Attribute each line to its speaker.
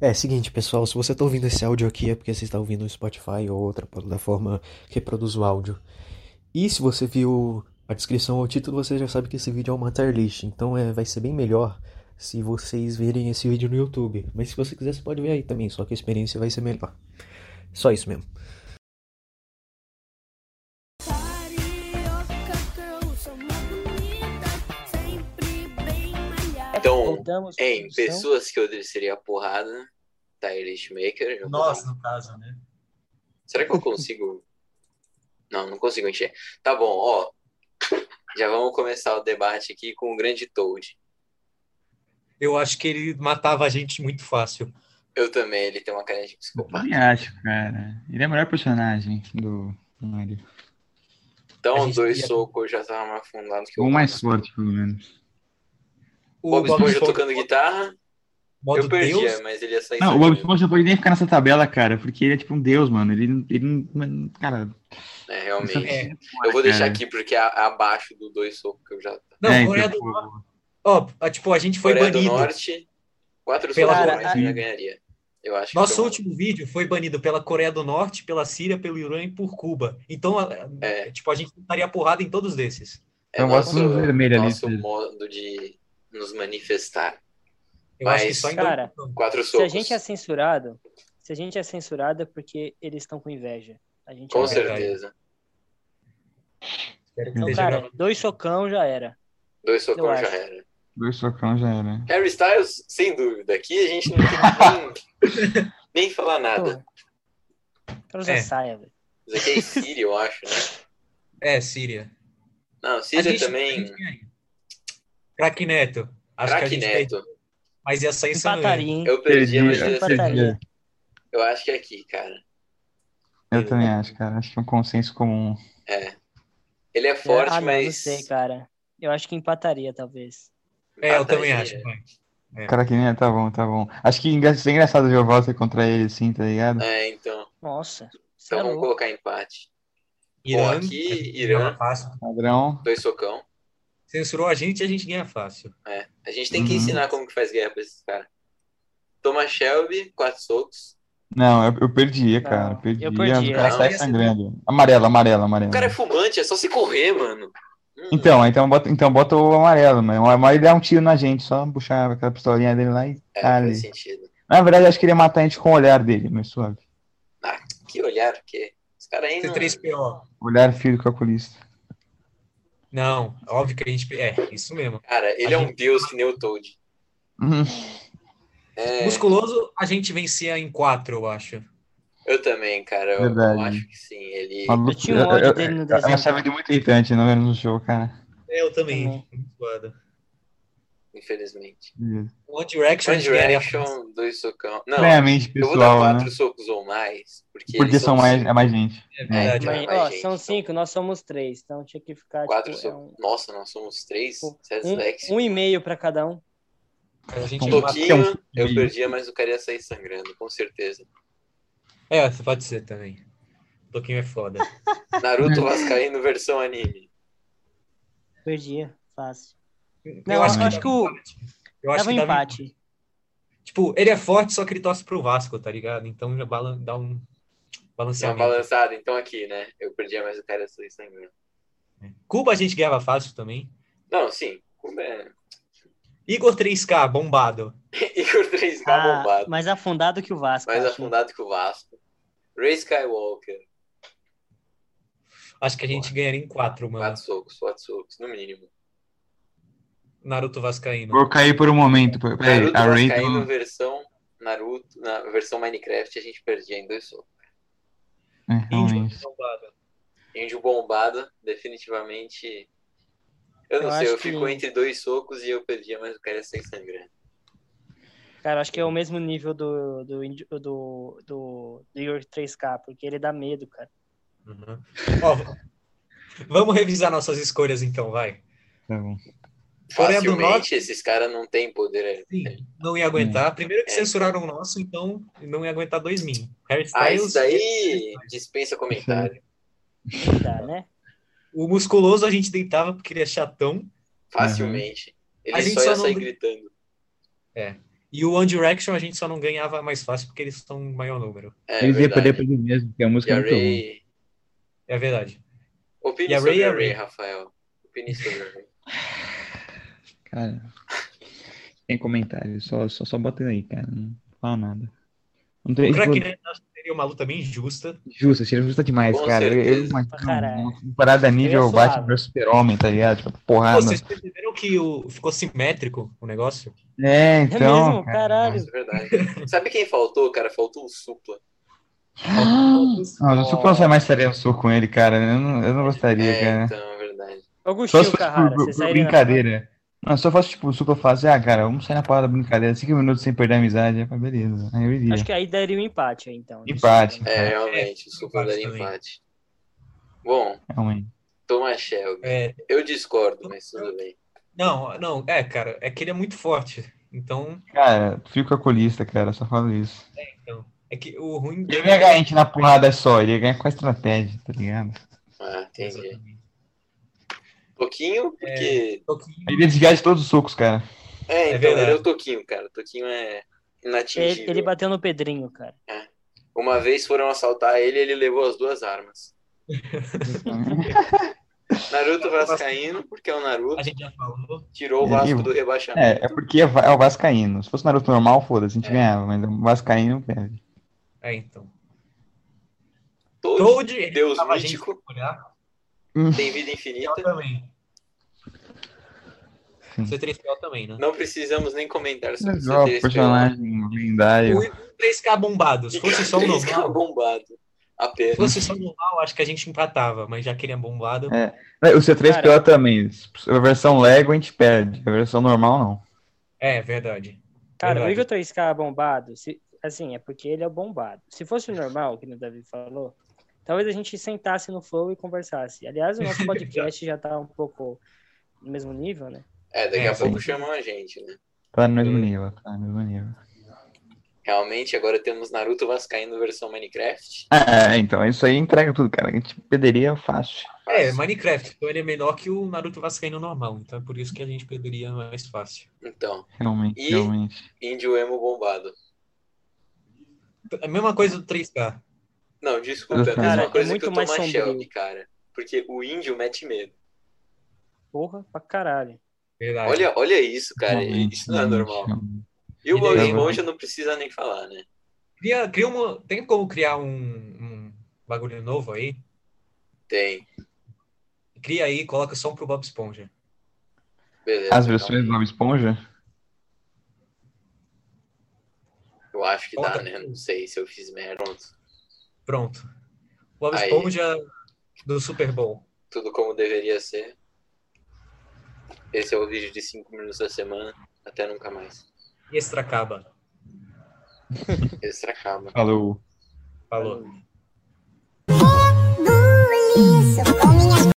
Speaker 1: É, seguinte, pessoal, se você tá ouvindo esse áudio aqui é porque você está ouvindo o Spotify ou outra plataforma que produz o áudio. E se você viu a descrição ou o título, você já sabe que esse vídeo é uma tier list, então é, vai ser bem melhor se vocês verem esse vídeo no YouTube. Mas se você quiser, você pode ver aí também, só que a experiência vai ser melhor. Só isso mesmo.
Speaker 2: Então,
Speaker 3: Voltamos pra
Speaker 2: em
Speaker 3: discussão.
Speaker 2: pessoas que eu desceria a porrada, tá, Tyrese Maker. eu-
Speaker 4: Nós, no caso, né?
Speaker 2: Será que eu consigo? não, não consigo encher. Tá bom, ó. Já vamos começar o debate aqui com o grande Toad.
Speaker 4: Eu acho que ele matava a gente muito fácil.
Speaker 2: Eu também, ele tem uma cara de psicopata.
Speaker 5: Também acho, cara. Ele é o melhor personagem do Mario.
Speaker 4: A
Speaker 2: Então,
Speaker 4: gente
Speaker 2: dois
Speaker 4: ia-
Speaker 2: socos já tava mais afundado que
Speaker 5: Ou
Speaker 2: o
Speaker 5: Um mais forte, pelo menos.
Speaker 4: O
Speaker 2: Bob Esponja
Speaker 4: Esponja
Speaker 2: tocando guitarra,
Speaker 4: modo
Speaker 2: eu é. perdia,
Speaker 4: Deus,
Speaker 2: mas ele ia sair.
Speaker 5: Não, o Bob
Speaker 2: sabendo.
Speaker 5: Esponja não pode nem ficar nessa tabela, cara, porque ele é tipo um deus, mano. Ele, ele não. Cara.
Speaker 2: É,
Speaker 5: essa-
Speaker 2: realmente.
Speaker 4: É.
Speaker 2: Eu vou deixar
Speaker 5: cara.
Speaker 2: aqui porque é abaixo do dois socos que eu já.
Speaker 4: Não,
Speaker 5: é,
Speaker 4: Coreia
Speaker 5: então,
Speaker 4: do Norte. Ó, a- tipo, a gente foi
Speaker 2: Coreia
Speaker 4: banido.
Speaker 2: do Norte, quatro
Speaker 4: Pela-
Speaker 2: socos
Speaker 3: Cara,
Speaker 2: mais
Speaker 5: a-
Speaker 2: ainda ganharia. Eu acho
Speaker 4: Nosso
Speaker 2: que eu-
Speaker 4: último vídeo foi banido pela Coreia do Norte, pela Síria, pelo Irã e por Cuba. Então, a-
Speaker 2: É.
Speaker 4: tipo, a gente estaria porrada em todos desses.
Speaker 2: é
Speaker 5: Eu gosto
Speaker 2: nosso,
Speaker 5: do um vermelho ali, né?
Speaker 2: nosso
Speaker 5: filho.
Speaker 2: modo de nos manifestar.
Speaker 4: Eu
Speaker 2: Mas,
Speaker 4: acho que só em
Speaker 3: cara,
Speaker 2: Quatro
Speaker 3: Se a
Speaker 2: socos.
Speaker 3: gente é censurado, se a gente é censurado é porque eles estão com inveja. A gente
Speaker 2: Com
Speaker 3: não é.
Speaker 2: certeza.
Speaker 4: Espero que
Speaker 3: Então,
Speaker 4: esteja
Speaker 3: cara,
Speaker 4: gravando.
Speaker 3: dois socão já era.
Speaker 2: Dois
Speaker 3: Eu
Speaker 2: socões
Speaker 3: acho.
Speaker 2: já era.
Speaker 5: Dois socão já era.
Speaker 2: Harry Styles, sem dúvida. Aqui a gente não tem nem, nem falar nada. tá.
Speaker 3: Pra usar
Speaker 4: É.
Speaker 3: saia, velho.
Speaker 2: Isso aqui é Síria, eu acho, né?
Speaker 4: É, Síria.
Speaker 2: Não,
Speaker 4: A
Speaker 2: Síria
Speaker 4: gente- a
Speaker 2: também.
Speaker 4: gente ganha. Craque Neto. Acho que a
Speaker 2: Craque
Speaker 4: gente
Speaker 2: Neto.
Speaker 4: perde, mas ia sair sangrando.
Speaker 3: Empataria, hein?
Speaker 2: Eu perdi, mas
Speaker 3: Perdi.
Speaker 2: eu-
Speaker 3: Empataria.
Speaker 2: eu acho que é aqui, cara.
Speaker 5: Eu também acho, cara. Acho que é um consenso comum.
Speaker 2: É. Ele é forte,
Speaker 3: ah, não,
Speaker 2: mas.
Speaker 3: não sei, cara. Eu acho que empataria, talvez.
Speaker 4: É, eu
Speaker 2: empataria.
Speaker 4: também acho. vai.
Speaker 5: Cara, que nem tá bom, tá bom. Acho que engra- isso é engraçado ver o Walter contra ele, assim, tá ligado?
Speaker 2: É, então.
Speaker 3: Nossa. Você
Speaker 2: Então
Speaker 3: é
Speaker 2: vamos
Speaker 3: louco.
Speaker 2: colocar empate.
Speaker 4: Irã,
Speaker 2: Bom, aqui,
Speaker 4: ganha
Speaker 2: Irã,
Speaker 4: fácil.
Speaker 5: Padrão.
Speaker 2: dois socão.
Speaker 4: Censurou a gente, a gente ganha fácil.
Speaker 2: É. A gente tem que
Speaker 5: Uhum.
Speaker 2: ensinar como que faz guerra pra esses caras. Thomas Shelby, quatro socos.
Speaker 5: Não, eu, eu perdia,
Speaker 3: Não,
Speaker 5: cara.
Speaker 3: eu
Speaker 5: perdia.
Speaker 3: perdia.
Speaker 5: O cara
Speaker 2: Não,
Speaker 5: sai
Speaker 4: esse-
Speaker 5: sangrando. Amarelo, amarelo, amarelo.
Speaker 2: O cara é fumante, é só se correr, mano. Hum.
Speaker 5: Então, então bota, então bota o amarelo, mas o amarelo dá um tiro na gente, só puxar aquela pistolinha dele lá e
Speaker 2: É,
Speaker 5: tá
Speaker 2: não
Speaker 5: ali.
Speaker 2: faz sentido.
Speaker 5: Na verdade, acho que ele ia matar a gente com o olhar dele, mas suave.
Speaker 2: Que olhar, porque os caras ainda.
Speaker 4: C3PO.
Speaker 5: Olhar filho do calculista.
Speaker 4: Não, óbvio que a gente. É, isso mesmo.
Speaker 2: Cara, ele é um deus que nem o Toad.
Speaker 5: Uhum.
Speaker 2: É,
Speaker 4: Musculoso, a gente vencia em quatro, eu acho.
Speaker 2: eu também, cara. Eu, eu
Speaker 5: Verdade.
Speaker 2: acho que sim. Ele.
Speaker 5: Uma
Speaker 3: Eu
Speaker 5: loucura.
Speaker 3: tinha um ódio
Speaker 5: Eu- eu-
Speaker 3: dele no
Speaker 5: eu
Speaker 3: desenho.
Speaker 5: achava ele muito irritante, não era no show, cara.
Speaker 4: É, eu também.
Speaker 3: Também.
Speaker 4: Muito zoado.
Speaker 2: Infelizmente.
Speaker 4: One Direction. é
Speaker 2: One
Speaker 4: a gente ganharia fácil.
Speaker 2: Direction, dois socão. Não,
Speaker 5: Estranhamente
Speaker 2: eu vou dar
Speaker 5: É, pessoal,
Speaker 2: quatro
Speaker 5: né?
Speaker 2: socos ou mais. Porque,
Speaker 5: Porque
Speaker 2: eles
Speaker 5: são mais,
Speaker 2: cinco.
Speaker 5: é mais gente.
Speaker 4: É verdade.
Speaker 2: É,
Speaker 4: né?
Speaker 3: Mas,
Speaker 2: vai,
Speaker 3: ó,
Speaker 2: gente,
Speaker 3: são
Speaker 2: então.
Speaker 3: cinco, nós somos três. Então tinha que ficar,
Speaker 2: Quatro
Speaker 3: tipo, é
Speaker 2: socos.
Speaker 3: um,
Speaker 2: Nossa, nós somos três. Você é
Speaker 3: um,
Speaker 2: disléxico.
Speaker 3: um e meio pra cada um.
Speaker 4: A gente
Speaker 5: Um
Speaker 4: ia
Speaker 5: pouquinho.
Speaker 4: matar-
Speaker 2: Toquinho, eu
Speaker 5: Sim.
Speaker 2: perdia, mas o cara ia sair sangrando, com certeza.
Speaker 4: É, você pode ser também. Toquinho é foda.
Speaker 2: Naruto Vascaíno versão anime.
Speaker 3: Perdia, fácil.
Speaker 4: Eu
Speaker 3: Não,
Speaker 5: eu acho
Speaker 4: dava
Speaker 3: que o-
Speaker 4: empate. Eu acho
Speaker 3: Dava um
Speaker 4: que dava
Speaker 3: empate.
Speaker 4: empate. Tipo, ele é forte, só que ele torce pro Vasco, tá ligado? Então já bala- dá um
Speaker 2: Deu uma
Speaker 4: balanceamento.
Speaker 2: balançada, então aqui, né? Eu perdia, mas o cara ia sair sangrando.
Speaker 4: Cuba a gente ganhava fácil também.
Speaker 2: Não, sim. Cuba é-
Speaker 4: Igor 3K, bombado.
Speaker 2: Igor 3K
Speaker 3: Ah,
Speaker 2: bombado.
Speaker 3: mais afundado que o Vasco.
Speaker 2: um Mais
Speaker 3: acho.
Speaker 2: afundado que o Vasco. Ray Skywalker.
Speaker 4: Acho que a gente ganharia em quatro, mano.
Speaker 2: Quatro socos, quatro socos, no mínimo.
Speaker 4: Naruto Vascaíno.
Speaker 5: Vou cair por um momento. pera- Peraí,
Speaker 2: Naruto
Speaker 5: a Ray
Speaker 2: Vascaíno versão Naruto, na versão Minecraft, a gente perdia em dois socos.
Speaker 5: É,
Speaker 4: Índio
Speaker 5: realmente.
Speaker 4: bombado.
Speaker 2: Índio bombado, definitivamente. Eu não
Speaker 3: Eu
Speaker 2: sei,
Speaker 3: acho
Speaker 2: eu fico
Speaker 3: que-
Speaker 2: entre dois socos e eu perdia, mas o cara ia sair sangrando.
Speaker 3: Cara, acho que é o mesmo nível do, do, indi- do, do, do York 3K, porque ele dá medo, cara.
Speaker 4: Uhum. Ó, v- vamos revisar nossas escolhas então, vai.
Speaker 5: Tá bom.
Speaker 4: Coreia do
Speaker 2: Facilmente,
Speaker 4: Norte-
Speaker 2: esses caras não têm poder.
Speaker 4: Sim, não ia
Speaker 2: É.
Speaker 4: aguentar. Primeiro que censuraram o nosso, então não ia aguentar dois mil. Harry
Speaker 2: Ah,
Speaker 4: Styles,
Speaker 2: isso daí dispensa comentário.
Speaker 3: Ele dá, né?
Speaker 4: o musculoso a gente deitava porque ele é chatão.
Speaker 2: Facilmente.
Speaker 4: A
Speaker 2: Ele
Speaker 4: gente
Speaker 2: só ia
Speaker 4: só não
Speaker 2: sair
Speaker 4: brin-
Speaker 2: gritando.
Speaker 4: E o One Direction a gente só não ganhava mais fácil porque eles são um maior número.
Speaker 2: É,
Speaker 5: Eles iam perder pra
Speaker 2: verdade.
Speaker 5: ele mesmo, porque a música
Speaker 2: E a
Speaker 5: é muito ruim.
Speaker 2: Ray...
Speaker 4: É verdade.
Speaker 2: Opine
Speaker 4: E a
Speaker 2: sobre
Speaker 4: Ray é
Speaker 2: a
Speaker 4: a
Speaker 2: Ray,
Speaker 4: Ray.
Speaker 2: Rafael. Opine sobre a Ray.
Speaker 5: Cara, sem comentário, só, só, só bota aí, cara. Não fala nada. Não tem,
Speaker 4: O
Speaker 5: tipo,
Speaker 4: Cracknet seria uma luta bem justa.
Speaker 5: justa, seria justa demais,
Speaker 2: Com
Speaker 5: cara. Eu- Eu,
Speaker 2: certeza.
Speaker 5: imagino
Speaker 3: Caralho.
Speaker 5: uma temporada nível
Speaker 3: Seria suave.
Speaker 5: Batman vs Super-Homem, tá ligado? Tipo,
Speaker 4: Pô,
Speaker 5: porrada.
Speaker 4: vocês perceberam que o... ficou simétrico o negócio?
Speaker 5: É,
Speaker 3: É
Speaker 5: então.
Speaker 3: mesmo, caralho.
Speaker 2: Isso é verdade. Sabe quem faltou, cara? Faltou o Supla.
Speaker 5: Não, mas Ah, o Suco não sai mais estaria no soco com ele, cara. Eu não, eu não gostaria,
Speaker 2: É,
Speaker 5: cara.
Speaker 2: então, é verdade.
Speaker 3: Ô,
Speaker 5: Só se
Speaker 3: Gustinho,
Speaker 5: fosse
Speaker 3: Carrara,
Speaker 5: por,
Speaker 3: você
Speaker 5: por
Speaker 3: sairia na
Speaker 5: brincadeira. Não, se eu fosse, tipo, o Suco fazer, ah, cara, vamos sair na parada da brincadeira, cinco minutos sem perder a amizade, é, pá, beleza. Aí eu iria.
Speaker 3: Acho que aí daria um empate, aí, então.
Speaker 5: Empate.
Speaker 2: É, realmente, o Supla
Speaker 4: empate
Speaker 2: daria
Speaker 4: também.
Speaker 2: empate. Bom,
Speaker 5: Realmente.
Speaker 2: Thomas Shelby.
Speaker 4: É,
Speaker 2: Eu discordo, mas tudo bem.
Speaker 4: não, não, é, cara, é que ele é muito forte. Então,
Speaker 5: Cara, fico colista, cara, só falo isso.
Speaker 4: é que o ruim é
Speaker 5: Ele ia ganhar a gente na porrada só, ele ia ganhar com a estratégia, tá ligado?
Speaker 2: Ah, entendi.
Speaker 4: Exatamente. É.
Speaker 2: Toquinho, porque.
Speaker 4: Só que
Speaker 5: Ele ia desviar de todos os socos, cara.
Speaker 2: É,
Speaker 4: É
Speaker 2: então, ele é o
Speaker 4: verdade.
Speaker 2: Toquinho, cara. Toquinho é
Speaker 3: Ele,
Speaker 2: inatingível.
Speaker 3: ele bateu no Pedrinho, cara.
Speaker 2: Uma vez foram assaltar ele, ele levou as duas armas. Naruto Vascaíno, porque é o
Speaker 4: A
Speaker 2: Naruto,
Speaker 4: gente já falou.
Speaker 2: tirou o Vasco
Speaker 5: Eu-
Speaker 2: do rebaixamento.
Speaker 5: É, é porque é va- é o Vascaíno. Se fosse Naruto normal, foda-se, a gente
Speaker 4: É.
Speaker 5: ganhava, mas o Vascaíno perde.
Speaker 4: É, então.
Speaker 3: é.
Speaker 2: Toad,
Speaker 4: Toad, ele
Speaker 2: Deus
Speaker 4: tava a gente
Speaker 2: mítico,
Speaker 4: pra olhar.
Speaker 2: tem vida
Speaker 4: Eu
Speaker 2: infinita.
Speaker 4: também.
Speaker 5: Sim.
Speaker 4: C3PO também, né?
Speaker 2: Não precisamos nem comentar sobre
Speaker 5: Legal,
Speaker 2: C3PO.
Speaker 5: personagem lendário.
Speaker 4: O 3K bombado. Se fosse só o
Speaker 2: Três caras
Speaker 4: normal,
Speaker 2: bombado.
Speaker 4: se
Speaker 2: Apenas.
Speaker 4: fosse só o normal, acho que a gente empatava, mas já que ele é bombado.
Speaker 5: É. O C3PO
Speaker 3: Cara.
Speaker 5: também. A versão Lego a gente perde, a versão normal não.
Speaker 4: É, verdade.
Speaker 3: Cara, o
Speaker 4: Verdade.
Speaker 3: Igor 3K bombado, se- assim, é porque ele é o bombado. Se fosse o normal, que o Davi falou, talvez a gente sentasse no flow e conversasse. Aliás, o nosso podcast já tá um pouco no mesmo nível, né?
Speaker 2: É, daqui
Speaker 4: É,
Speaker 2: a
Speaker 4: sim.
Speaker 2: pouco chamam a gente, né?
Speaker 5: Tá no mesmo
Speaker 4: Hum.
Speaker 5: nível, tá no mesmo nível.
Speaker 2: Realmente, agora temos Naruto Vascaíno versão Minecraft.
Speaker 5: Ah, é, então, isso aí entrega tudo, cara. A gente perderia fácil.
Speaker 4: É, Minecraft. Então ele é menor que o Naruto Vascaíno normal. Então é por isso que a gente perderia mais fácil.
Speaker 2: Então,
Speaker 5: Realmente,
Speaker 2: E-
Speaker 5: realmente.
Speaker 2: índio emo bombado.
Speaker 4: A mesma coisa do 3K.
Speaker 2: Não, desculpa, é a
Speaker 5: Cara,
Speaker 2: mesma
Speaker 3: é
Speaker 2: coisa
Speaker 3: muito
Speaker 2: que o
Speaker 3: mais
Speaker 2: Thomas
Speaker 3: sombrio.
Speaker 2: Shelby, cara. Porque o índio mete medo.
Speaker 3: Porra pra caralho.
Speaker 4: Verdade.
Speaker 2: Olha, olha isso, cara.
Speaker 5: Realmente,
Speaker 2: Isso não é
Speaker 5: realmente,
Speaker 2: normal.
Speaker 5: realmente.
Speaker 2: E o
Speaker 4: Ele é
Speaker 5: emo.
Speaker 2: Bob já não precisa nem falar, né?
Speaker 4: Cria, cria uma, tem como criar um, um bagulho novo aí?
Speaker 2: Tem.
Speaker 4: Cria aí e coloca só um pro Bob Esponja.
Speaker 2: Beleza.
Speaker 5: As
Speaker 2: então,
Speaker 5: versões do Bob Esponja?
Speaker 2: Eu acho que dá,
Speaker 4: Bota.
Speaker 2: né? Não sei se eu fiz merda. Pronto.
Speaker 4: Pronto. Bob
Speaker 2: Aí.
Speaker 4: Esponja do Super Bowl.
Speaker 2: Tudo como deveria ser. Esse é o vídeo de 5 minutos da semana. Até nunca mais.
Speaker 4: Extra acaba.
Speaker 2: Extra acaba.
Speaker 5: Falou.
Speaker 4: Falou.
Speaker 6: Buliço, com minhas